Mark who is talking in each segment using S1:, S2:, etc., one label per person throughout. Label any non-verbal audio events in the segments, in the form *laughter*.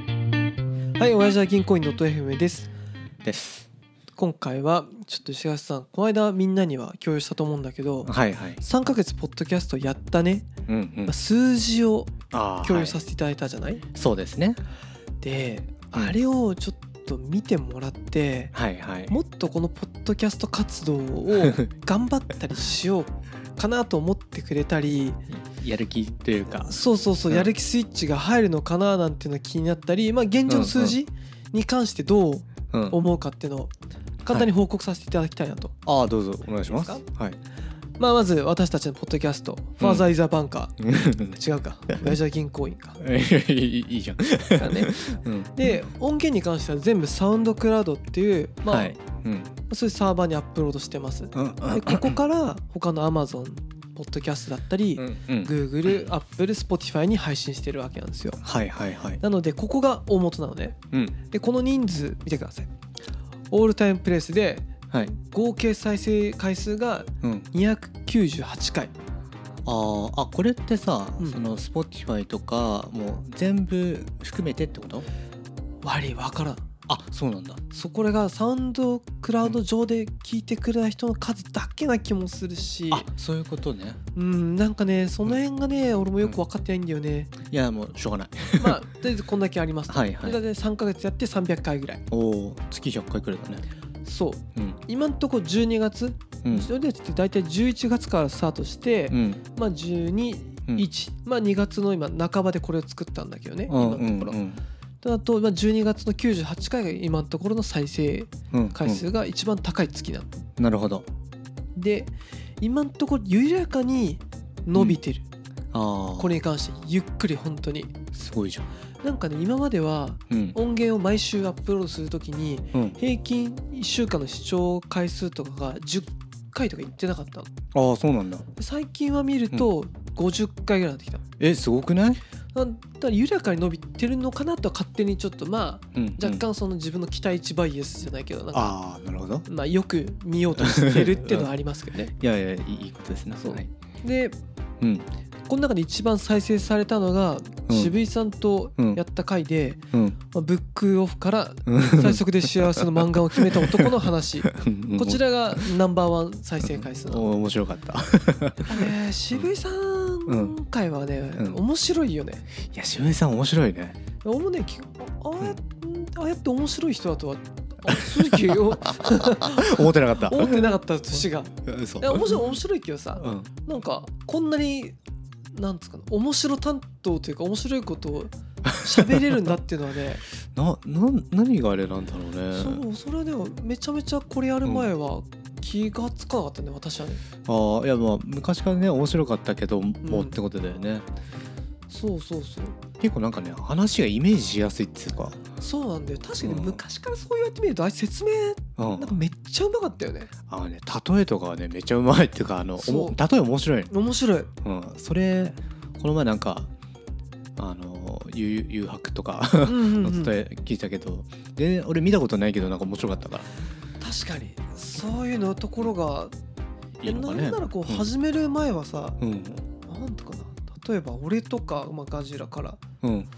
S1: はい、親父は銀行員の .fm です。
S2: です
S1: 今回はちょっと石橋さん、この間みんなには共有したと思うんだけど、
S2: はいはい
S1: 3ヶ月ポッドキャストやったね、
S2: うんうん
S1: まあ数字を
S2: あー
S1: 共有
S2: は
S1: さ
S2: い
S1: せていただいたじゃない、
S2: そうですね
S1: で、
S2: うん
S1: あれをちょっと見てもらって、
S2: はいはい
S1: もっとこのポッドキャスト活動 *laughs* を頑張ったりしようかなと思ってくれたり、
S2: やる気というか
S1: そうそうそう
S2: うん
S1: やる気スイッチが入るのかななんていうのが気になったり、まあ、現状の数字に関してどう
S2: うん
S1: 思うかっていうのを簡単に報告させていただきたいなと、
S2: ああどうぞお願いします
S1: いいで
S2: はい
S1: まあ、まず私たちのポッドキャスト「ファーザー・イザ・バンカー」違うか親父は銀行員か
S2: *laughs* いいいいじゃん
S1: だね
S2: *laughs* うん
S1: で音源に関しては全部サウンドクラウドっていう、まあ
S2: はいうん
S1: そういうサーバーにアップロードして
S2: *clears throat*
S1: ますで
S2: うんうん
S1: ここから他の Amazon ポッドキャストだったり、
S2: うんうん
S1: Google、Apple、Spotify に配信してるわけなんですよ
S2: はいはいはい
S1: なのでここが大元なのね
S2: うん
S1: でこの人数見てくださいオールタイムプレイスで
S2: はい
S1: 合計再生回数が
S2: うん
S1: 298回
S2: あーあこれってさ
S1: うん
S2: その Spotify とかもう全部含めてってこと
S1: 悪いわからん
S2: あそうなんだ
S1: そこらがサウンドクラウド上で聞いてくれた人の数だけな気もするし
S2: あそういうことね
S1: うんなんかねその辺がね俺もよく分かってないんだよね
S2: いやもうしょうがない
S1: まあとりあえずこんだけありますと
S2: はいはい
S1: で大体3ヶ月やって300回ぐらい
S2: おお月100回くらいだね
S1: そう
S2: うん
S1: 今んとこ12月
S2: うん
S1: それでって大体11月からスタートして、
S2: うん
S1: まあ121、
S2: うん
S1: 1まあ2月の今半ばでこれを作ったんだけどね
S2: う
S1: 今
S2: ん
S1: のところ、
S2: うん
S1: とあと、まあ、12月の98回が今のところの再生
S2: うん
S1: 回数が一番高い月なの、
S2: うんなるほど
S1: で今のところ緩やかに伸びてる、
S2: ああ
S1: これに関してゆっくり本当に
S2: すごいじゃん
S1: なんかね今までは
S2: うん
S1: 音源を毎週アップロードするときに
S2: うん
S1: 平均1週間の視聴回数とかが10回とか言ってなかったの
S2: ああそうなんだ
S1: 最近は見ると50回ぐらいになってきた
S2: えすごくない
S1: なんだから緩やかに伸びてるのかなとは勝手にちょっとまあ
S2: うん
S1: 若干その自分の期待値バイアスじゃないけどなんか
S2: ああなるほど
S1: まあ、よく見ようとしてるっていうのはあります
S2: *laughs*
S1: けどね。
S2: いやいやいいいいことですね
S1: そう
S2: はい
S1: で
S2: うん
S1: この中で一番再生されたのが、
S2: うん
S1: 渋井さんとやった回で、
S2: うん
S1: まあブックオフから
S2: うん
S1: 最速で幸せの漫画を決めた男の話
S2: *laughs* うん
S1: こちらがナンバーワン再生回数なの。
S2: お面白かったい
S1: ね渋井さん
S2: ん
S1: 今回はね、
S2: うん
S1: 面白いよね。
S2: や渋井さん面白いね *laughs*
S1: 俺もねきああやああやって面白い人だとはあ正直
S2: *laughs*
S1: よ
S2: 思ってなか
S1: 思ってなかった年が。
S2: った嘘
S1: いや面白い面白いけどさ、
S2: うん
S1: なんかこんなになんつうかな面白担当というか面白いことを喋れるんだっていうのはね
S2: なな何があれなんだろうね
S1: そうそれはねめちゃめちゃこれやる前は気がつかなかったね私はね
S2: ああいやまあ昔からね面白かったけどもうってことだよね、
S1: そうそうそう
S2: 結構なんかね話がイメージしやすいっていうか、
S1: そうなんだよ確かに
S2: うん
S1: 昔からそうやってみるとあいつ説明
S2: うん、
S1: なんかめっちゃうまかったよね
S2: あのね例えとかはねめちゃうまいっていうかあのおも例え面白いの
S1: 面白い
S2: *laughs* うん、それこの前なんかあのゆゆ誘白とか
S1: うんうん、
S2: の *laughs*
S1: うん、
S2: 伝
S1: 確
S2: え聞いたけど、で俺見たことないけどなんか面白かったから
S1: かにそういうのところが
S2: いいの
S1: な
S2: か
S1: ん
S2: ね
S1: ならこう始める前はさ、
S2: うん
S1: なんとかな例えば俺とか、まあ、ガジラから
S2: うん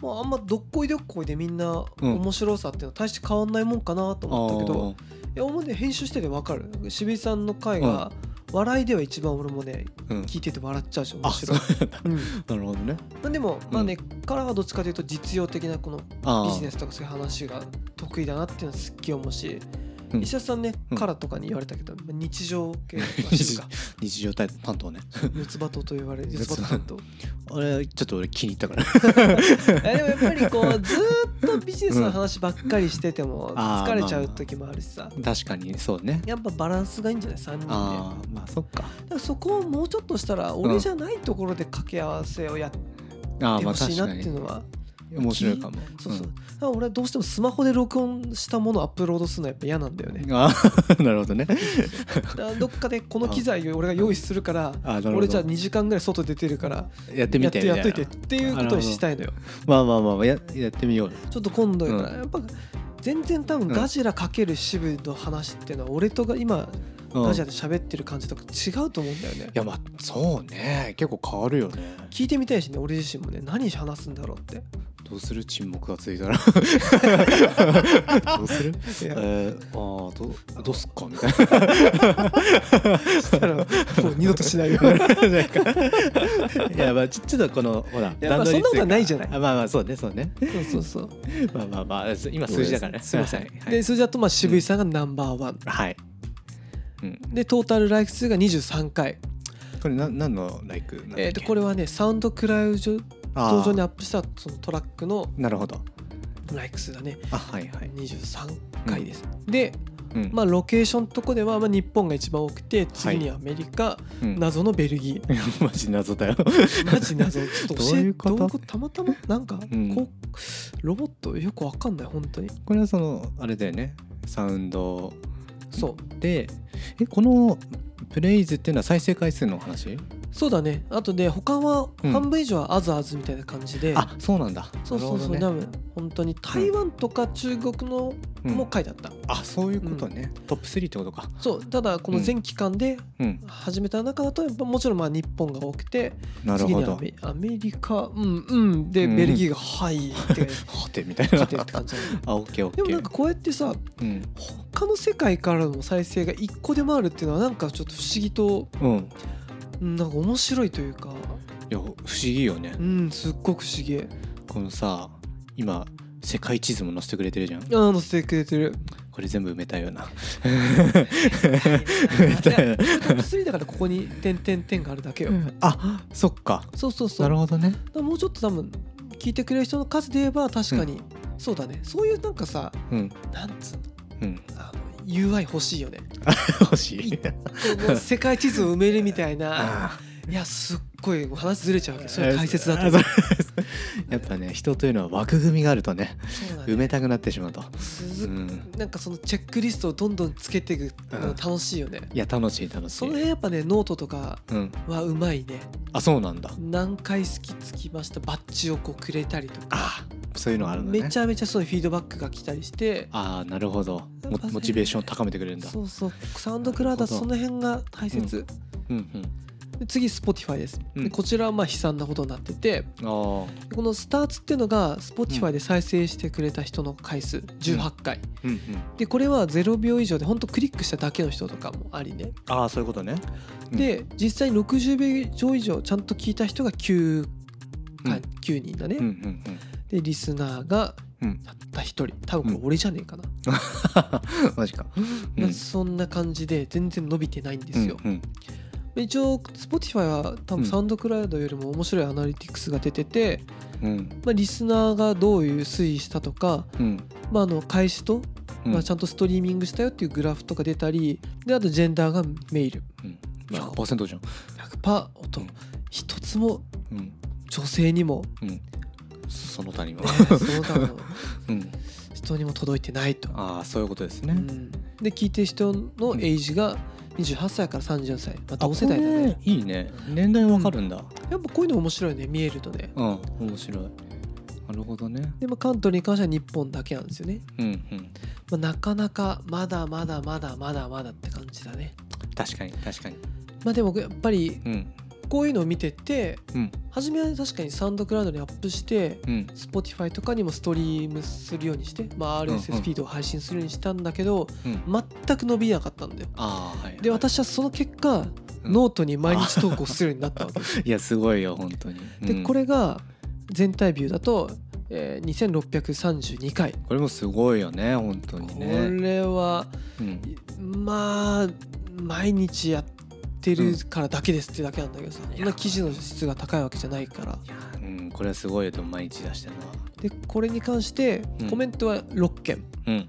S1: まあ、あんまどっこいどっこいでみんな
S2: うん
S1: 面白さっていうのは大して変わんないもんかなと思ったけど、いや思うね編集してて分かる渋井さんの回が笑いでは一番俺もね
S2: うんうん
S1: 聞いてて笑っちゃうし面
S2: あ
S1: 白い、
S2: そうなんだ
S1: うん、
S2: なるほどね
S1: まあでも、
S2: ん
S1: まあねからはどっちかというと実用的なこの
S2: あー
S1: ビジネ
S2: *laughs*
S1: スとかそういう話が得意だなっていうのはすっげえ思うし、
S2: うん
S1: 石田さんね、
S2: うん
S1: からとかに言われたけどまあ日常系の話とか
S2: 日常担当ね
S1: 四つ葉党と言
S2: *laughs*
S1: われる四つ葉担当
S2: あれちょっと俺気に入ったから *laughs*
S1: えでもやっぱりこうずーっとビジネスの話ばっかりしてても
S2: ん *laughs* あー
S1: 疲れちゃう時もあるしさ
S2: 確かにそうね
S1: やっぱバランスがいいんじゃない3人でだか
S2: ああまあそっから
S1: そこをもうちょっとしたら俺じゃないところで掛け合わせをやって
S2: ああま
S1: ほ
S2: あ
S1: しい
S2: 確
S1: なっ
S2: か
S1: ていう
S2: に
S1: のは
S2: 面白いかも
S1: そうそうだから俺はどうしてもスマホで録音したものをアップロードするのはやっぱ嫌なんだよね
S2: うんああ *laughs* なるほどね
S1: だからどっかでこの機材を俺が用意するから
S2: あーなるほど
S1: 俺じゃあ2時間ぐらい外出てるから
S2: やって
S1: や
S2: み
S1: っててやっとい
S2: み
S1: て
S2: たい
S1: っ
S2: な
S1: ていうことにしたいのよ
S2: まあまあまあまあややってみようよ
S1: ちょっと今度やから、
S2: うん
S1: やっぱ全然多分
S2: うん
S1: ガジラ×渋の話っていうのは俺とが今
S2: うん
S1: ガジラで喋ってる感じとか違うと思うんだよね
S2: い。やまあそうね結構変わるよね *laughs*
S1: 聞いてみたいしね俺自身もね何話すんだろうって
S2: どうする沈黙がつい *laughs* たらどうする
S1: い
S2: え
S1: や
S2: ー、ああどどうすっかみたいな
S1: したらもう二度としないよ
S2: *laughs* なんかいやまあちちょっとこのほら
S1: やっぱそんなことはないじゃない
S2: あまあまあそうねそうね
S1: そうそうそう
S2: まあまあまあす今数字だからね
S1: すいません、
S2: はいはい
S1: で数字だとまあ渋井さんがナンバーワン、
S2: はい、うん、
S1: でトータルライク数が23回
S2: これな何のライクなんだっけ
S1: えー、とこれはねサウンドクラウド
S2: あー
S1: 登場にアップしたそのトラックの
S2: なるほど
S1: ライク数だね
S2: あはいはい
S1: 23回です、で、
S2: うん
S1: まあ、ロケーションのとこでは、まあ、日本が一番多くて次にアメリカ、
S2: うん、
S1: 謎のベルギ
S2: *laughs* マジ謎だよ
S1: ーマジ謎ちょっと教え
S2: どういうこと
S1: どたまたまなんか、
S2: うん
S1: こうロボットよくわかんない本当に
S2: これはそのあれだよねサウンド
S1: そう
S2: でえこのプレイズっていうのは再生回数の話
S1: そうだねあとで他は
S2: うん
S1: 半分以上はアズアズみたいな感じで、
S2: あそうなんだ
S1: そうそうそう、
S2: なる
S1: 多
S2: ほどね
S1: 分本当に台湾とか中国の
S2: うん
S1: も書いてあった、
S2: あそういうことね、トップ3ってことか
S1: そうただこの全期間で
S2: うん
S1: 始めた中だとやっぱもちろんまあ日本が多くて
S2: なる
S1: 次
S2: ほ
S1: にア
S2: ど
S1: メアメリカうんうんで
S2: うん
S1: ベルギーが「はい」って
S2: はてみたいな
S1: 勝てるって感じだね
S2: *laughs* あオッケーオッケ
S1: で
S2: ー
S1: もなんかこうやってさ
S2: うん
S1: 他の世界からの再生が一個でもあるっていうのはなんかちょっと不思議と
S2: うんい
S1: うんなんか面白いというか
S2: や不思議よね
S1: うんすっごく不思議
S2: このさ今世界地図も載せてくれてるじゃん
S1: あのせてくれて
S2: *laughs*
S1: る
S2: これ全部埋めたいよ *laughs* な埋め
S1: 痛
S2: たい
S1: い
S2: よ
S1: 薬だからここに点点点があるだけよ
S2: あそっか
S1: そうそうそう
S2: なるほどね
S1: だからもうちょっと多分聞いてくれる人の数で言えば確かに、そうだねそういうなんかさ
S2: うん
S1: なんつうの
S2: うん
S1: あの UI 欲しいよ
S2: *laughs*
S1: ね
S2: 欲しい
S1: この世界地図を埋めるみたいな
S2: あ
S1: いやすっごい話ずれちゃうけどそ
S2: ー
S1: れ大切だと
S2: あ
S1: 思
S2: そううやっぱね人というのは枠組みがあるとね
S1: そうだね
S2: 埋めたくなってしまうとう
S1: 続
S2: ん
S1: なんかそのチェックリストをどんどんつけていくの
S2: うん
S1: 楽しいよね、
S2: いや楽しい楽し
S1: その
S2: い
S1: 辺やっぱねノートとか
S2: うん
S1: はうまいね
S2: あそうなんだ
S1: 何回好きつきましたバッジをこうくれたりとか
S2: あそういうのあるのね
S1: めちゃめちゃそういうフィードバックが来たりして
S2: ああなるほど
S1: やっ
S2: モ
S1: ぱね
S2: モチベーションを高めてくれるんだ
S1: そうそうサウンドクラウドはその辺が大切、
S2: うんうん
S1: で次 Spotify です、
S2: うん
S1: でこちらはまあ悲惨なことになってて
S2: ああ
S1: このスターツっていうのが Spotify で再生してくれた人の回数18回、
S2: うんうん
S1: でこれは0秒以上で本当クリックしただけの人とかもありね、
S2: ああそういうことねうん
S1: で実際に60秒以上以上ちゃんと聞いた人が 9,
S2: うん
S1: か9人だね、
S2: うんうん *laughs* うん
S1: でリスナーが
S2: うん
S1: たった1人多分これ俺じゃねえかな、
S2: マジか
S1: まあそんな感じで全然伸びてないんですよ、
S2: うん
S1: 一応 Spotify は多
S2: う
S1: 分
S2: ん
S1: サウンドクラウドよりも面白いアナリティクスが出てて、
S2: うんうん
S1: まあ、リスナーがどういう推移したとか、
S2: うん
S1: まあ、あの開始と、
S2: うん
S1: まあ、ちゃんとストリーミングしたよっていうグラフとか出たりであとジェンダーがメール
S2: うん100%じゃん
S1: 100%
S2: う
S1: 音
S2: ん
S1: 一つも
S2: うん
S1: 女性に
S2: *laughs*
S1: も、
S2: うんその他にも
S1: ね、その他の
S2: うん
S1: 人にも届いてないと。
S2: ああそういうことです
S1: う
S2: ね
S1: ん、で聞いてる人のエイジが28歳から34歳、まあ、同世代だ
S2: あ
S1: ね
S2: これいいね年代わかるんだ
S1: やっぱこういうの面白いね見えるとね
S2: うん面白いなるほどね
S1: でも関東に関しては日本だけなんですよね
S2: うんうん
S1: まあ、なかなかまだまだまだまだまだって感じだね。
S2: 確かに確かに
S1: まあでもやっぱり
S2: うん
S1: こういうのを見てて
S2: うん
S1: 初めは確かにサウンドクラウドにアップして
S2: うん
S1: Spotify とかにもストリームするようにして、まあ、
S2: うんうん
S1: RSS フィードを配信するようにしたんだけど
S2: うん
S1: 全く伸びなかったんだよ。
S2: ああはい
S1: で私はその結果
S2: うん
S1: ノートに毎日投稿するようになったわけ。
S2: *laughs* いやすごいよ本当に
S1: でこ
S2: れ
S1: れが全体ビューだと、えー2632回。
S2: これもすごいよね本当に
S1: こ
S2: ね
S1: れは
S2: うん
S1: まあ毎日やってるからだけですってだけなんだけどさ、
S2: ん
S1: そんな記事の質が高いわけじゃないから
S2: うんこれはすごいよでも毎日出してるのは
S1: でこれに関して
S2: うん
S1: コメントは6件、
S2: うん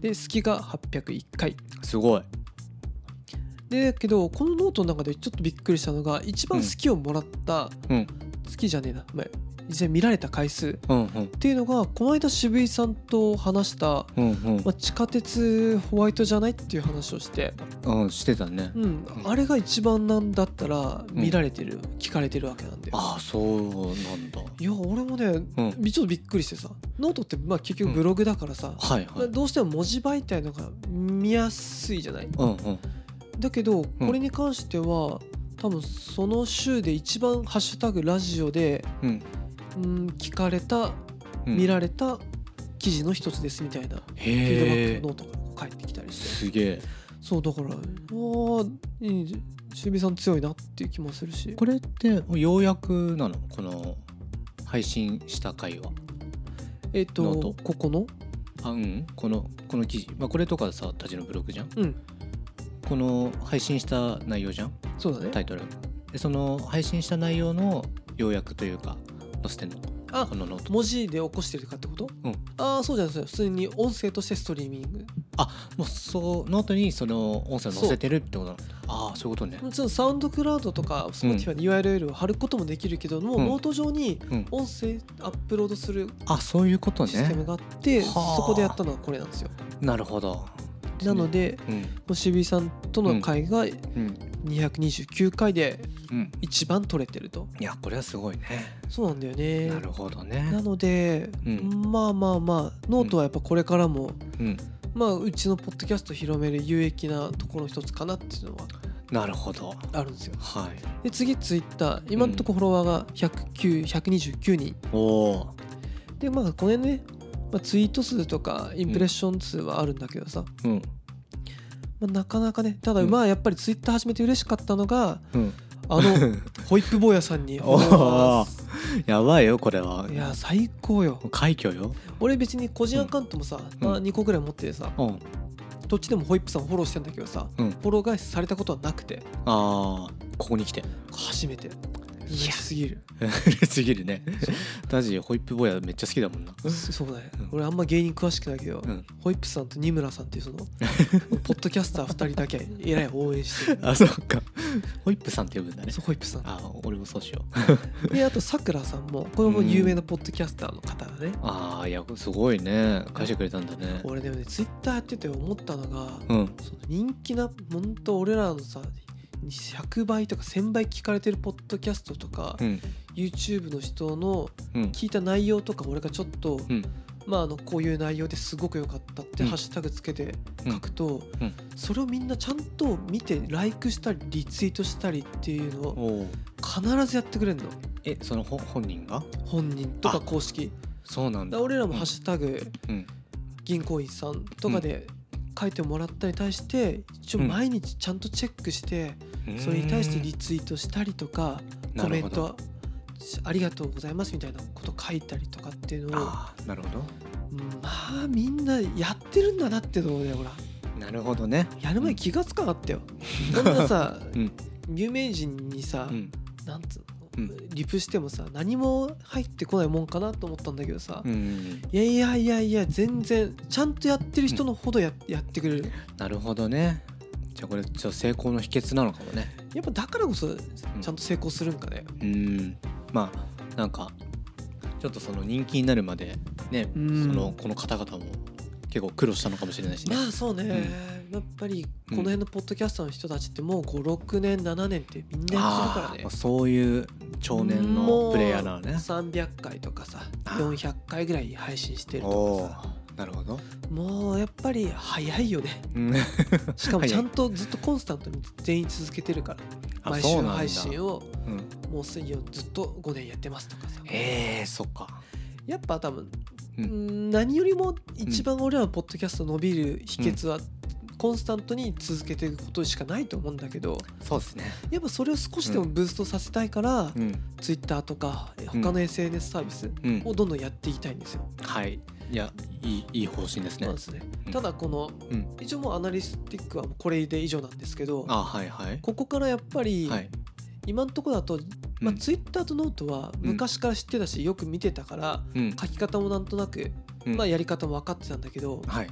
S1: で好きが801回
S2: すごい
S1: でだけどこのノートの中でちょっとびっくりしたのが一番
S2: うん
S1: 好きをもらった、
S2: うん
S1: 好きじゃねえな、まあ、以前見られた回数っ
S2: うんうん
S1: ていうのがこの間渋井さんと話した、
S2: うん
S1: まあ、地下鉄ホワイトじゃないっていう話をして、
S2: うんうんしてたね
S1: うん、あれが一番なんだったら見られてる、聞かれてるわけなんだよ。
S2: ああそうなんだ
S1: いや俺もね、
S2: うん
S1: ちょっとびっくりしてさノートってまあ結局ブログだからさ、
S2: はいはい
S1: どうしても文字媒体の方が見やすいじゃない
S2: うんうん
S1: だけどこれに関しては、多分その週で一番「ハッシュタグラジオで
S2: うん」
S1: うん聞かれた
S2: うん
S1: 見られた記事の一つですみたいなフィードバッ
S2: へ
S1: ク
S2: え
S1: のノートがこう返ってきたりして
S2: すげえ
S1: そうだからあーいいじ守備さん強いなっていう気もするし
S2: これってようやくなのこの配信した回は
S1: えっ、と
S2: ノート
S1: ここの
S2: あうんこのこの記事、まあ、これとかさたちのブログじゃん
S1: うん
S2: この配信した内容じゃん
S1: そうだね
S2: タイトルでその配信した内容の要約というか載せてんの
S1: あ
S2: このノート
S1: 文字で起こしてるかってこと、
S2: うん
S1: ああそうじゃないですよ普通に音声としてストリーミング
S2: もうそうノートにその音声を載せてるってことなのああそういうことね
S1: もちろんサウンドクラウドとか Spotify に URL を貼ることもできるけども、
S2: うん
S1: ノート上に
S2: うん
S1: 音声アップロードする
S2: あそういうこと
S1: システム
S2: ね
S1: があって、
S2: ねはあ
S1: そこでやったのはこれなんですよ
S2: なるほど
S1: なので
S2: うん
S1: 渋井さんとの会が
S2: うん
S1: 229回で
S2: うん
S1: 一番取れてると
S2: いやこれはすごいね
S1: そうなんだよね
S2: なるほどね
S1: なので、
S2: うん
S1: まあまあまあノートはやっぱこれからも、
S2: うん
S1: まあうちのポッドキャスト広める有益なところの一つかなっていうのは
S2: なるほど
S1: あるんですよ
S2: はい
S1: で次ツイッター今のところフォロワーが109 129人
S2: おお
S1: でまあこれね、まあ、ツイート数とかインプレッション数はあるんだけどさ、
S2: ーうん
S1: まあ、なかなかねただ
S2: うん
S1: まあやっぱりツイッター始めて嬉しかったのが
S2: うん
S1: あ
S2: *laughs*
S1: のホイップ坊やさんにフォ
S2: お
S1: ロワ
S2: お
S1: ー
S2: やばいよこれはい
S1: や最高よ
S2: 快挙よ
S1: 俺別に個人アカウントもさ、
S2: うん
S1: まあ、2個ぐらい持っててさ
S2: うん
S1: どっちでもホイップさんフォローしてんだけどさ、
S2: うん
S1: フォロー返しされたことはなくて
S2: あーここに来て *laughs*
S1: 初めて嬉しすぎる
S2: 嬉しすぎるねダジホイップ坊やめっちゃ好きだもんな
S1: そうだね、
S2: うん
S1: 俺あんま芸人詳しくないけど、
S2: うん
S1: ホイップさんと二村さんっていうそ
S2: *laughs*
S1: のポッドキャスター2人だけえらい応援
S2: *laughs*
S1: してる
S2: あそっかホイップさんって呼ぶんだね
S1: そうホイップさん
S2: あ俺もそうしよう
S1: であとさくらさんもこれも有名なポッドキャスターの方だね、
S2: ああいやすごいね返してくれたんだね
S1: 俺でもねツイッターやってて思ったのが、
S2: うん
S1: その人気な本当俺らのさ100倍とか1000倍聞かれてるポッドキャストとか、
S2: うん
S1: YouTube の人の
S2: うん
S1: 聞いた内容とか俺がちょっと、
S2: うん
S1: まあ、あのこういう内容ですごく良かったって
S2: うん
S1: ハッシュタグつけて書くと、
S2: うんうん
S1: それをみんなちゃんと見てライクしたりリツイートしたりっていうのを
S2: おお
S1: 必ずやってくれるの
S2: えそのほ本人が
S1: 本人とか
S2: あ
S1: 公式
S2: そうなん
S1: だ
S2: だ
S1: 俺らもハッシュタグ、
S2: うん
S1: 銀行員さんとかで書いてもらったに対して一応
S2: うん
S1: 毎日ちゃんとチェックして、それに対してリツイートしたりとか
S2: うん
S1: コメン
S2: なるほ
S1: トありがとうございますみたいなこと書いたりとかっていう
S2: ど
S1: のを
S2: ああなるほど
S1: まあみんなやってるんだなってのをねほら
S2: なるほどね
S1: やる前気がつかなかったよ。こんな *laughs* さ、
S2: うん
S1: 有名人にさ、
S2: うん
S1: なんつうの、
S2: うん
S1: リプしてもさ何も入ってこないもんかなと思ったんだけどさ、
S2: うん
S1: いやいやいやいや全然ちゃんとやってる人のほどや,、やってくれる
S2: なるほどねじゃあこれちょっと成功の秘訣なのかもね
S1: やっぱだからこそちゃんと成功するんかね、
S2: うんまあなんかちょっとその人気になるまでねそ
S1: うん
S2: のこの方々も結構苦労したのかもしれないしね
S1: まあそうね、やっぱりこの辺のポッドキャスターの人たちってもう56年7年ってみんなやってるからね
S2: あーそういう少年のプレイヤーなの
S1: もう
S2: ね
S1: 300回とかさ
S2: あー
S1: 400回ぐらい配信してる
S2: お
S1: と
S2: お
S1: か
S2: ーなるほど
S1: さもうやっぱり早いよね
S2: *laughs* うん
S1: しかも
S2: 早い
S1: ちゃんとずっとコンスタントに全員続けてるから
S2: あ
S1: 毎
S2: そう
S1: 週
S2: なんだ
S1: 配信を
S2: うん
S1: もう水曜ずっと5年やってますとかさ
S2: ええそっか
S1: やっぱ多分、
S2: うん
S1: うん何よりも一番俺らのポッドキャスト伸びる秘訣は、コンスタントに続けていくことしかないと思うんだけど
S2: そうですね
S1: やっぱそれを少しでもブーストさせたいから、
S2: うん
S1: ツイッターとかえ
S2: うん
S1: 他の SNS サービス
S2: うん
S1: をどんどんやっていきたいんですよ。
S2: はいいやいいいい方針です
S1: そう
S2: ね
S1: なんですね
S2: うん
S1: ただこの、
S2: うん
S1: 一応もうアナリスティックはもうこれで以上なんですけど
S2: あはいはい
S1: ここからやっぱり、
S2: はい
S1: 今のところだと、まあ
S2: うん
S1: ツイッターとノートは昔から知ってたし、よく見てたから
S2: うん
S1: 書き方もなんとなく、
S2: うん
S1: まあ、やり方も分かってたんだけど、
S2: はい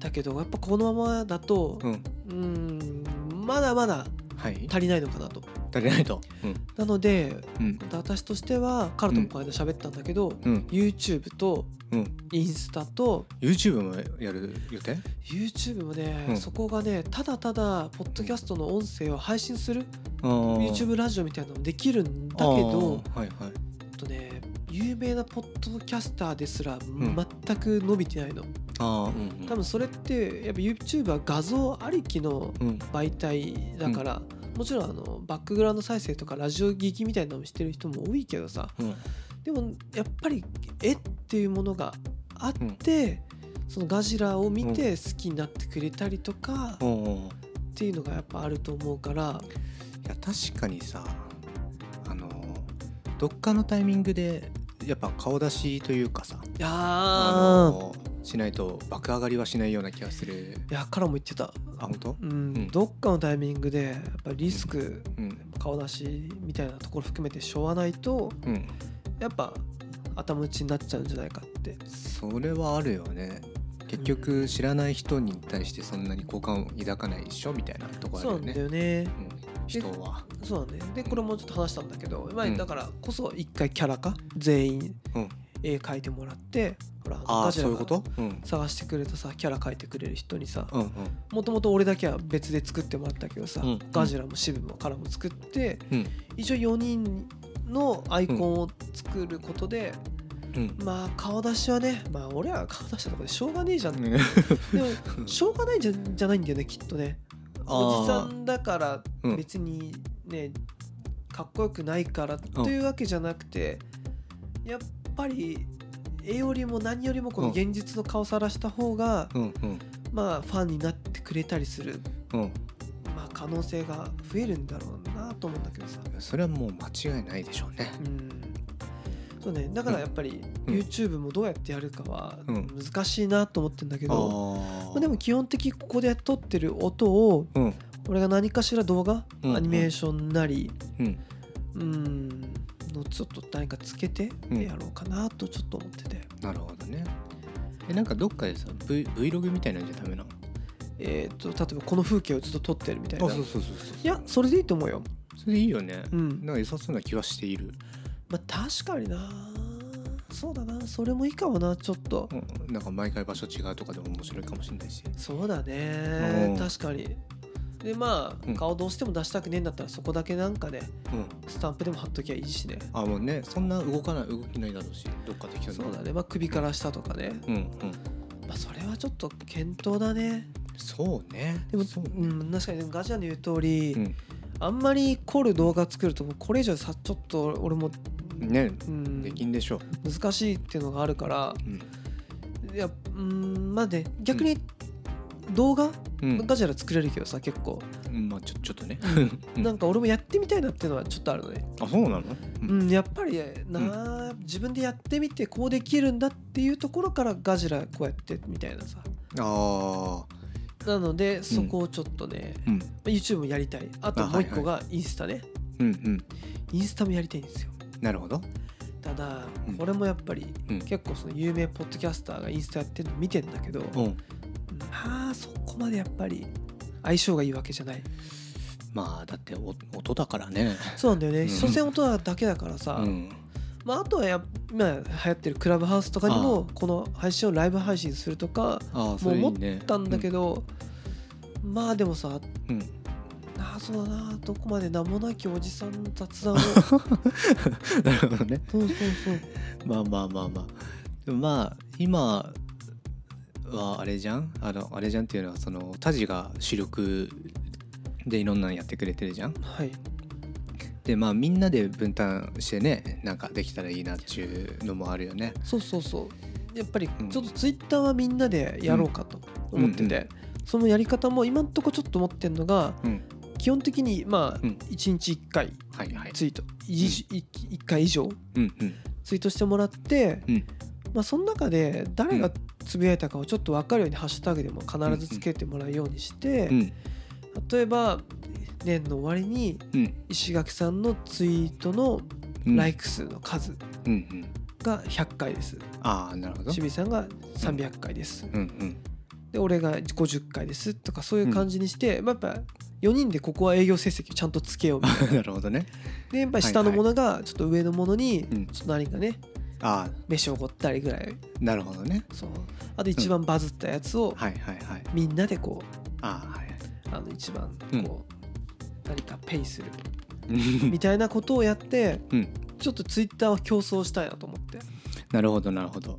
S1: だけどやっぱこのままだと
S2: うん
S1: うーんまだまだ
S2: はい
S1: 足りないのかなと
S2: 足りないとうん
S1: なので
S2: うん
S1: 私としてはカルトもこの間喋ったんだけど、
S2: うん
S1: YouTube と
S2: うん
S1: インスタと
S2: YouTube もやる予定
S1: YouTube もね、
S2: うん
S1: そこがねただただポッドキャストの音声を配信する、
S2: あー
S1: YouTube ラジオみたいなのもできるんだけど
S2: あーはいはい
S1: えっとね有名なポッドキャスターですら
S2: ん
S1: 全く伸びてないの、
S2: ああうん
S1: 多分それってやっぱ YouTube は画像ありきの
S2: うん
S1: 媒体だから、もちろんあのバックグラウンド再生とかラジオ聞きみたいなのもしてる人も多いけどさ
S2: うん
S1: でもやっぱり絵っていうものがあって、そのガジラを見て好きになってくれたりとか
S2: う
S1: っ
S2: んうん
S1: ていうのがやっぱあると思うから、
S2: いや確かにさあのどっかのタイミングでやっぱ顔出しというかさ
S1: いやー
S2: あのしないと爆上がりはしないような気がする
S1: いやからも言ってた、
S2: あ本当
S1: うん
S2: ん
S1: どっかのタイミングでやっぱリスク、
S2: うん
S1: 顔出しみたいなところ含めてしょうがないと
S2: うん
S1: やっぱ頭打ちになっちゃうんじゃないかって
S2: それはあるよね結局知らない人に対してそんなに好感を抱かないでしょみたいなとこある
S1: そう
S2: よ
S1: なん
S2: ね
S1: だよね
S2: うん人は
S1: そうなんだよでこれもちょっと話したんだけど、まあ
S2: うん
S1: だからこそ一回キャラ化全員
S2: うん
S1: 絵描いてもらってほら
S2: ああ
S1: ガジラ
S2: そういう
S1: が
S2: ことうん
S1: 探してくれたさキャラ描いてくれる人にさ
S2: うんうん
S1: もともと俺だけは別で作ってもらったけどさ、
S2: うん
S1: ガジラも渋もカラも作って
S2: うん
S1: 一応4人のアイコンを作ることで、
S2: うん
S1: まあ顔出しはねまあ俺は顔出したとこでしょうがねえじゃん
S2: *laughs* うん
S1: でもしょうがないじゃじゃないんだよねきっとねおじさ
S2: あ
S1: んだから
S2: うん
S1: 別にね、かっこよくないからというわけじゃなくて、やっぱり絵よりも何よりもこの現実の顔さらした方が、
S2: ーうんうん
S1: まあファンになってくれたりする、
S2: うん
S1: まあ、可能性が増えるんだろうなと思うんだけどさ、
S2: それはもう間違いないでしょうね
S1: うんそうね、だからやっぱり
S2: うん
S1: YouTube もどうやってやるかは
S2: うん
S1: 難しいなと思ってんだけど、
S2: あ
S1: まあ、でも基本的にここで撮ってる音を
S2: うん
S1: 俺が何かしら動画、
S2: うん
S1: アニメーションなり
S2: うん
S1: うんのちょっと何かつけて
S2: うん
S1: やろうかなとちょっと思ってて、
S2: なるほどねえなんかどっかでさ v Vlog みたいなんじゃダメなの
S1: えっ、と例えばこの風景をずっと撮ってるみたいな
S2: そうそうそう
S1: いやそれでいいと思うよ
S2: それでいいよね
S1: うん
S2: なんか良さそうな気はしている
S1: まあ確かになそうだなそれもいいかもなちょっと、
S2: うんなんか毎回場所違うとかでも面白いかもしれないし
S1: そうだ
S2: う
S1: ね
S2: ん
S1: 確かにでまあ、
S2: うん
S1: 顔どうしても出したくねえんだったらそこだけなんかね
S2: うん
S1: スタンプでも貼っときゃいいしね
S2: あもうねそんな動かない動きないだろうしどっかできた
S1: そうだねまあ首から下とかね、
S2: うんうん
S1: まあ、それはちょっと検討だね
S2: そうね
S1: でも、
S2: そううね
S1: ん、確かにでもガジャンの言う通り、
S2: うん
S1: あんまり凝る動画作るともうこれ以上さちょっと俺も、
S2: ね
S1: うん、
S2: できんでしょ
S1: 難しいっていうのがあるから
S2: ううん
S1: いやうんまあね逆に動画、
S2: うん
S1: ガジャラ作れるけどさ結構
S2: うんまあちょちょっとねうん
S1: なんか俺もやってみたいなっていうのはちょっとあるのね、
S2: あそうなのう
S1: うんんやっぱりな、自分でやってみてこうできるんだっていうところからガジラこうやってみたいなさ
S2: ああ
S1: なのでそこをちょっとね、
S2: うん
S1: まあ YouTube もやりたいあと
S2: あ
S1: もう一
S2: は
S1: 個
S2: いは
S1: がインスタね、
S2: うんうん
S1: インスタもやりたいんですよ
S2: なるほど
S1: ただ
S2: うん
S1: これもやっぱり、
S2: うん
S1: 結構その有名ポッドキャスターがインスタやってるの見てんだけど、
S2: うん
S1: まあそこまでやっぱり相性がいいわけじゃない
S2: まあだってお音だからね
S1: そうなんだよね、
S2: うん
S1: 所詮音だけだからさ、
S2: うん
S1: まあ、あとはや今流行ってるクラブハウスとかに
S2: あ
S1: もこの配信をライブ配信するとか
S2: ああそ
S1: もう
S2: れい
S1: 思っ
S2: いね
S1: たんだけど、まあでもさ
S2: うん *laughs*
S1: なあそうだなどこまで名もなきおじさんの雑談を
S2: うんなるほどね
S1: そうそうそう
S2: まあまあまあまあでもまあ今はあれじゃんあのあれじゃんっていうのはそのタジが主力でいろんなのやってくれてるじゃん
S1: はい
S2: でまあみんなで分担してねなんかできたらいいなっていうのもあるよね
S1: そうそうそうやっぱり
S2: うん
S1: ちょっとツイッターはみんなでやろうかと思ってて、
S2: うんうん
S1: そのやり方も今んとこちょっと思ってんのが
S2: うん
S1: 基本的にまあ
S2: うん
S1: 1日1回
S2: はいはい
S1: ツイート、いじい1回以上
S2: うんうん
S1: ツイートしてもらって、
S2: うん
S1: まあ、その中で誰がつぶやいたかをちょっと分かるようにハッシュタグでも必ずつけてもらうようにして、
S2: うん
S1: 例えば年の終わりに
S2: うん
S1: 石垣さんのツイートの
S2: うん
S1: ライク数の数
S2: うんうん
S1: が100回です、
S2: ああなるほど
S1: 清水さんが300回です、
S2: うんうん
S1: で俺が50回ですとかそういう感じにして、まあ、やっぱ4人でここは営業成績をちゃんとつけようみたい
S2: *laughs* なるほどね
S1: なでやっぱり下のものがちょっと上のものに
S2: うん
S1: ちょっと何かね
S2: ああ
S1: 飯をおごったりぐらい
S2: なるほどね
S1: そうあと一番バズったやつを
S2: はいはいはい
S1: みんなでこ
S2: ああはいはいう
S1: あの一番
S2: うん
S1: こう何かペイする
S2: うん *laughs*
S1: みたいなことをやって
S2: うん
S1: ちょっとツイッターは競争したいなと思っ
S2: *laughs*
S1: て
S2: なるほどなるほど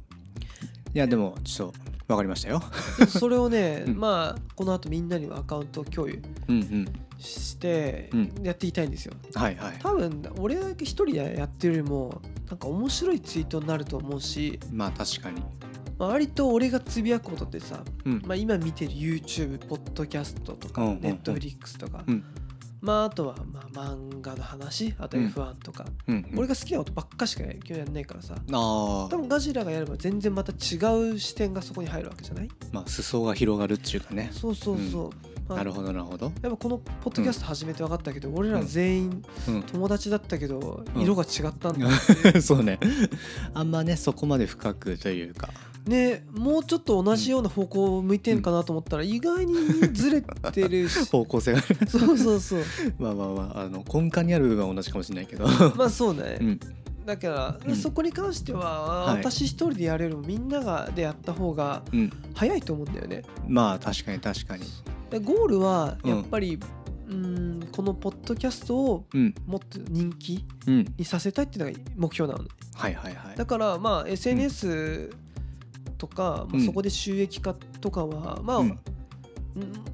S2: いやでもちょっと分かりましたよ
S1: それをね、
S2: うん
S1: まあこの後みんなにもアカウントを共有
S2: うんうん
S1: して
S2: うん
S1: やっていきたいんですよ
S2: はいはい
S1: 多分俺だけ一人でやってるよりもなんか面白いツイートになると思うし、
S2: まあ確かに
S1: まあ、割と俺がつぶやくことってさ、
S2: うん、
S1: まあ、今見てる YouTube ポッドキャストとか
S2: うんうんうん
S1: Netflix とか、
S2: うん
S1: まああとはまあ漫画の話あと
S2: うん
S1: F1 とか、
S2: うんうん
S1: 俺が好きなことばっかしか今日やんないからさ
S2: あ
S1: 多
S2: あ
S1: 分ガジラがやれば全然また違う視点がそこに入るわけじゃない
S2: まあ裾が広がるっていうかね
S1: そうそうそう、まあ
S2: なるほどなるほど、
S1: やっぱこのポッドキャスト始めて分かったけど、俺ら全員
S2: うん
S1: 友達だったけど
S2: うん
S1: 色が違ったんだ、
S2: *laughs* そうねあんまねそこまで深くというか
S1: ねもうちょっと同じような方向を向いてんかなと思ったら意外にずれてる
S2: *laughs*
S1: し
S2: 方向性が
S1: そうそうそう
S2: まあまあまああの根幹にある部分は同じかもしれないけど
S1: まあそうね、
S2: うん
S1: だから、
S2: うん
S1: そこに関しては、
S2: はい
S1: 私一人でやるよりもみんながでやった方が
S2: うん
S1: 早いと思うんだよね
S2: まあ確かに確かに
S1: でゴールは
S2: うん
S1: やっぱり、うーんこのポッドキャストを
S2: うん
S1: もっと人気
S2: うん
S1: にさせたいっていうのが目標なのね
S2: はいはいはい
S1: だからまあ SNS とか、ま
S2: う
S1: あ、
S2: ん
S1: そこで収益化とかは、まあ、
S2: うん
S1: うん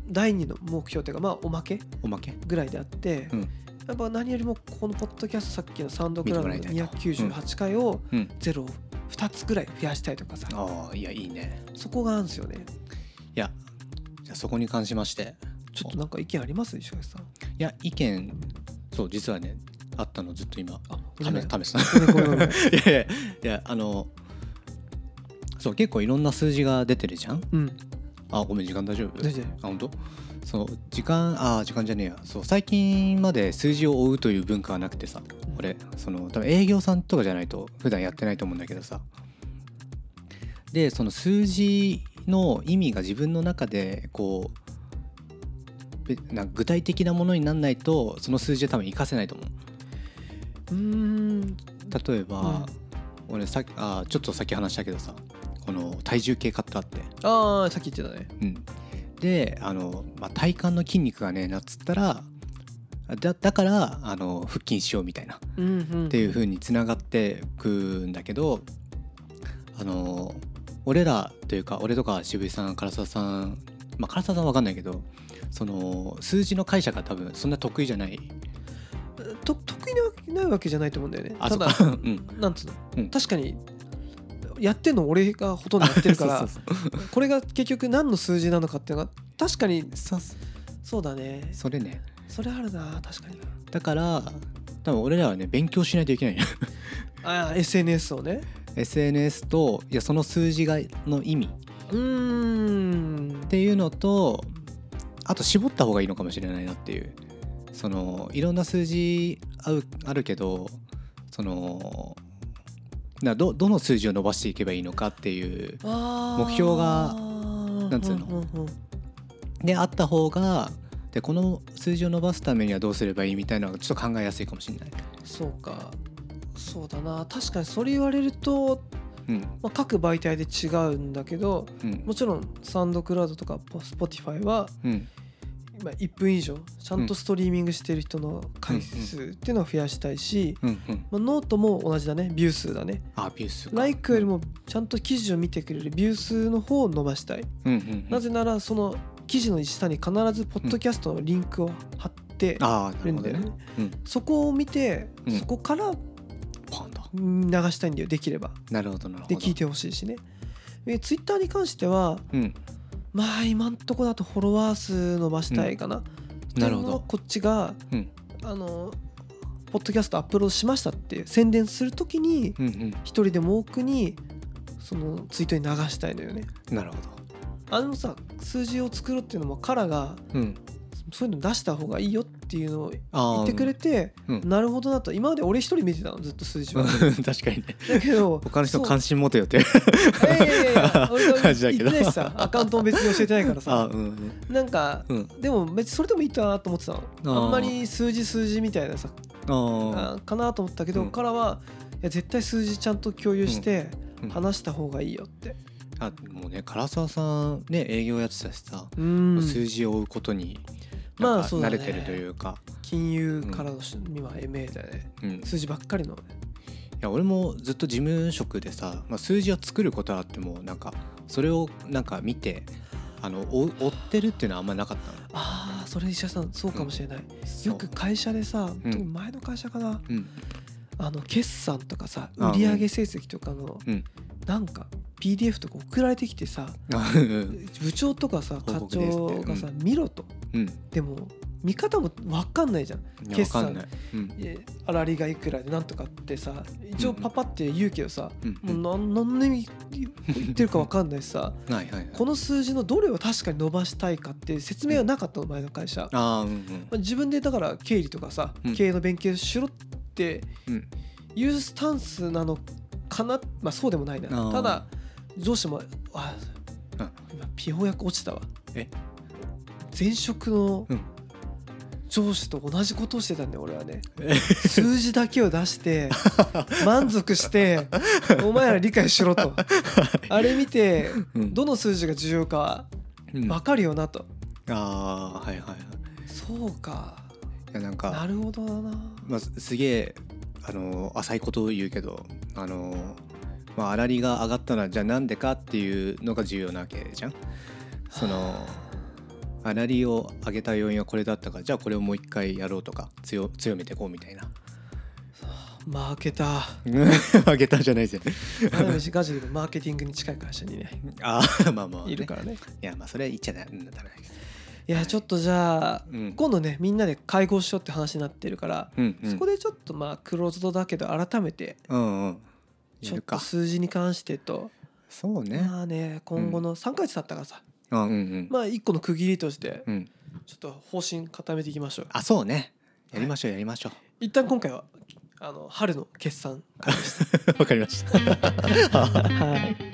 S1: 第二の目標というかまあおまけ
S2: おまけ
S1: ぐらいであって、
S2: うん
S1: やっぱ何よりもここのポッドキャストさっきのサウンドクラウドの
S2: 見てもらいたいと
S1: 298回を
S2: うん
S1: ゼロを2つぐらい増やしたいとかさ、
S2: ああいやいいね
S1: そこがあるんですよね
S2: いやじゃあそこに関しまして
S1: ちょっとなんか意見あります石垣さん
S2: いや意見そう実はねあったのずっと今
S1: あ
S2: 試試すな
S1: ごめんごめんごめん
S2: い *laughs* やいやいやあのそう結構いろんな数字が出てるじゃん *laughs*
S1: うん
S2: あごめん時間大丈夫
S1: 大丈夫
S2: あ本当そう時間あ時間じゃねえやそう最近まで数字を追うという文化はなくてさ
S1: うん
S2: 俺その多分営業さんとかじゃないと普段やってないと思うんだけどさでその数字の意味が自分の中でこうべなんか具体的なものになんないとその数字は多分活かせないと思う
S1: うーん
S2: 例えば、俺さっきあーちょっとさっき話したけどさこの体重計買ったって、
S1: ああさっき言ってたね
S2: うん、であの、まあ、体幹の筋肉がねなっつったらだだからあの腹筋しようみたいなっ
S1: うんうんって
S2: いう風につながってくんだけどあの俺らというか俺とか渋井さん唐沢さんまあ唐沢さんわかんないけどその数字の解釈が多分そんな得意じゃない
S1: と得意なわけないわけじゃないと思うんだよね
S2: あ
S1: ただ
S2: そっか *laughs* うん
S1: なんつうの、
S2: うん
S1: 確かにやってんの俺がほとんどやってるから
S2: *laughs* そうそうそう
S1: これが結局何の数字なのかっていうのが確かに
S2: そうそう
S1: そうだね
S2: それね
S1: それあるな確かにな
S2: だから多分俺らはね勉強しないといけない *laughs*
S1: ああ SNS をね
S2: SNS といやその数字がの意味っ
S1: うーん
S2: ていうのとあと絞った方がいいのかもしれないなっていうそのいろんな数字あうあるけどそのなどどの数字を伸ばしていけばいいのかっていう
S1: 目
S2: 目標がなんつうの
S1: んうん
S2: であった方がでこの数字を伸ばすためにはどうすればいいみたいなのがちょっと考えやすいかもしれない。
S1: そうかそうだな確かにそれ言われると、
S2: うん
S1: まあ、各媒体で違うんだけど
S2: うん
S1: もちろんサウンドクラウドとかポスポティファイは
S2: うん
S1: 今1分以上ちゃんとストリーミングしてる人の回数っていうのを増やしたいし、
S2: うんうん、
S1: まあ、ノートも同じだねビュー数だね
S2: あビュースか
S1: ライクよりもちゃんと記事を見てくれるビュー数の方を伸ばしたい、
S2: うんうんうん
S1: なぜならその記事の下に必ずポッドキャストのリンクを貼って
S2: ああな
S1: る
S2: る
S1: ん
S2: ほど
S1: だよね
S2: ね。うん
S1: そこを見て、
S2: うん
S1: そこから
S2: パンだ
S1: うん流したいんだよできれば
S2: なるほどなるほ
S1: で
S2: ど
S1: 聞いてほしいしねえツイッターに関しては
S2: うん
S1: まあ今んとこだとフォロワー数伸ばしたいかな、
S2: なるほ
S1: っていうのは
S2: ど
S1: こっちが
S2: うん
S1: あのポッドキャストアップロードしましたっていう宣伝するときに
S2: うんうん
S1: 一人でも多くにそのツイートに流したいのよね
S2: なるほ
S1: あのさ数字を作ろうっていうのもカラが
S2: どうん
S1: そういうの出した方がいいよっていうのを言
S2: あ
S1: ってくれて、
S2: うん
S1: なるほどなと今まで俺一人見てたのずっと数字
S2: う
S1: は
S2: ん確かにね
S1: だけど
S2: *laughs* 他の人
S1: そう
S2: 関心持てよって
S1: いやいやいや俺が
S2: *laughs* 感じだ
S1: 言って
S2: けど
S1: ないしさアカウントも別に教えてないから
S2: あ
S1: さ
S2: うん
S1: なんか
S2: うん
S1: でも別にそれでもいいかなと思ってたの
S2: あ
S1: あ
S2: ー
S1: んまり数字数字みたいなさ
S2: うんあ
S1: あかなと思ったけど、
S2: うん
S1: からはいや絶対数字ちゃんと共有して
S2: うんうん
S1: 話した方がいいよって、
S2: ああもうね唐沢さんね営業やってたしさ
S1: うん
S2: 数字を追うことに
S1: まあ
S2: なんか
S1: そうだ
S2: 慣
S1: ね
S2: れてるというか
S1: 金融からの趣味は MA だよね
S2: うんい
S1: 数字ばっかりのね
S2: や俺もずっと事務職でさまあ数字を作ることはあってもなんかそれをなんか見てあの追う追ってるっていうのはあんまなかったの
S1: ああそれ石田さんそうかもしれない、
S2: そう
S1: よく会社でさ、
S2: う
S1: *laughs*
S2: ん
S1: 特に前の会社かな
S2: うん *laughs*
S1: あの決算とかさ
S2: あ
S1: 売上成績とかの
S2: うん
S1: なんか PDF とか送られてきてさ
S2: あうん
S1: 部長とかさ課
S2: 報告ですって
S1: 長がさ見ろと
S2: うん
S1: でも見方も分かんないじゃん
S2: いやわ
S1: 決
S2: か
S1: 算
S2: んないうん
S1: えあらりがいくらでなんとかってさ一応
S2: うんうん
S1: パパって言うけどさ、
S2: うんう
S1: もうん何何年言ってるか分かんないしさ
S2: *laughs* はいはいはい
S1: この数字のどれを確かに伸ばしたいかって説明がなかったの前の会社、ま
S2: ああうん
S1: あ、自分でだから経理とかさ、
S2: うん
S1: 経営の勉強しろって
S2: うんうん
S1: いうスタンスなのかなまあそうでもないな
S2: あー
S1: ただ上司もあ
S2: うん
S1: 今ピオ役落ちたわ
S2: え
S1: 前職の
S2: うん
S1: 上司と同じことをしてたんだよ俺はね
S2: え
S1: 数字だけを出して
S2: *laughs*
S1: 満足してお前ら理解しろ
S2: *laughs*
S1: とあれ見て
S2: うん
S1: どの数字が重要か
S2: うん
S1: 分かるよなと、
S2: ああはいはいはいい
S1: そうか
S2: やなんか
S1: なるほどだな
S2: まあ、すすげえあの浅いことを言うけどあの、まあ、あらりが上がったのはじゃあなんでかっていうのが重要なわけじゃん。そのあらりを上げた要因はこれだったからじゃあこれをもう一回やろうとか強強めてこうみたいな
S1: 負けた
S2: *laughs* 上げたじゃないですよ
S1: あるしガジェでもマーケティングに近い会社にね
S2: ああまあまあ、ね、
S1: いるからね
S2: いやまあそれは言っちゃダメだです、
S1: いやちょっとじゃあ
S2: うん
S1: 今度ねみんなで会合しようって話になってるから、
S2: うんうん、
S1: そこでちょっとまあクローズドだけど改めて
S2: うんうんや
S1: ちょっ
S2: る
S1: と
S2: か
S1: 数字に関してと、
S2: そうね、
S1: まあね今後の3ヶ月経ったからさ、
S2: あ、うんうん、
S1: まあ一個の区切りとして
S2: うん、
S1: ちょっと方針固めていきましょう
S2: あそうねやりましょうやりましょう
S1: 一旦今回
S2: *laughs*
S1: はあの春の決算 *laughs*
S2: わかりました。
S1: はい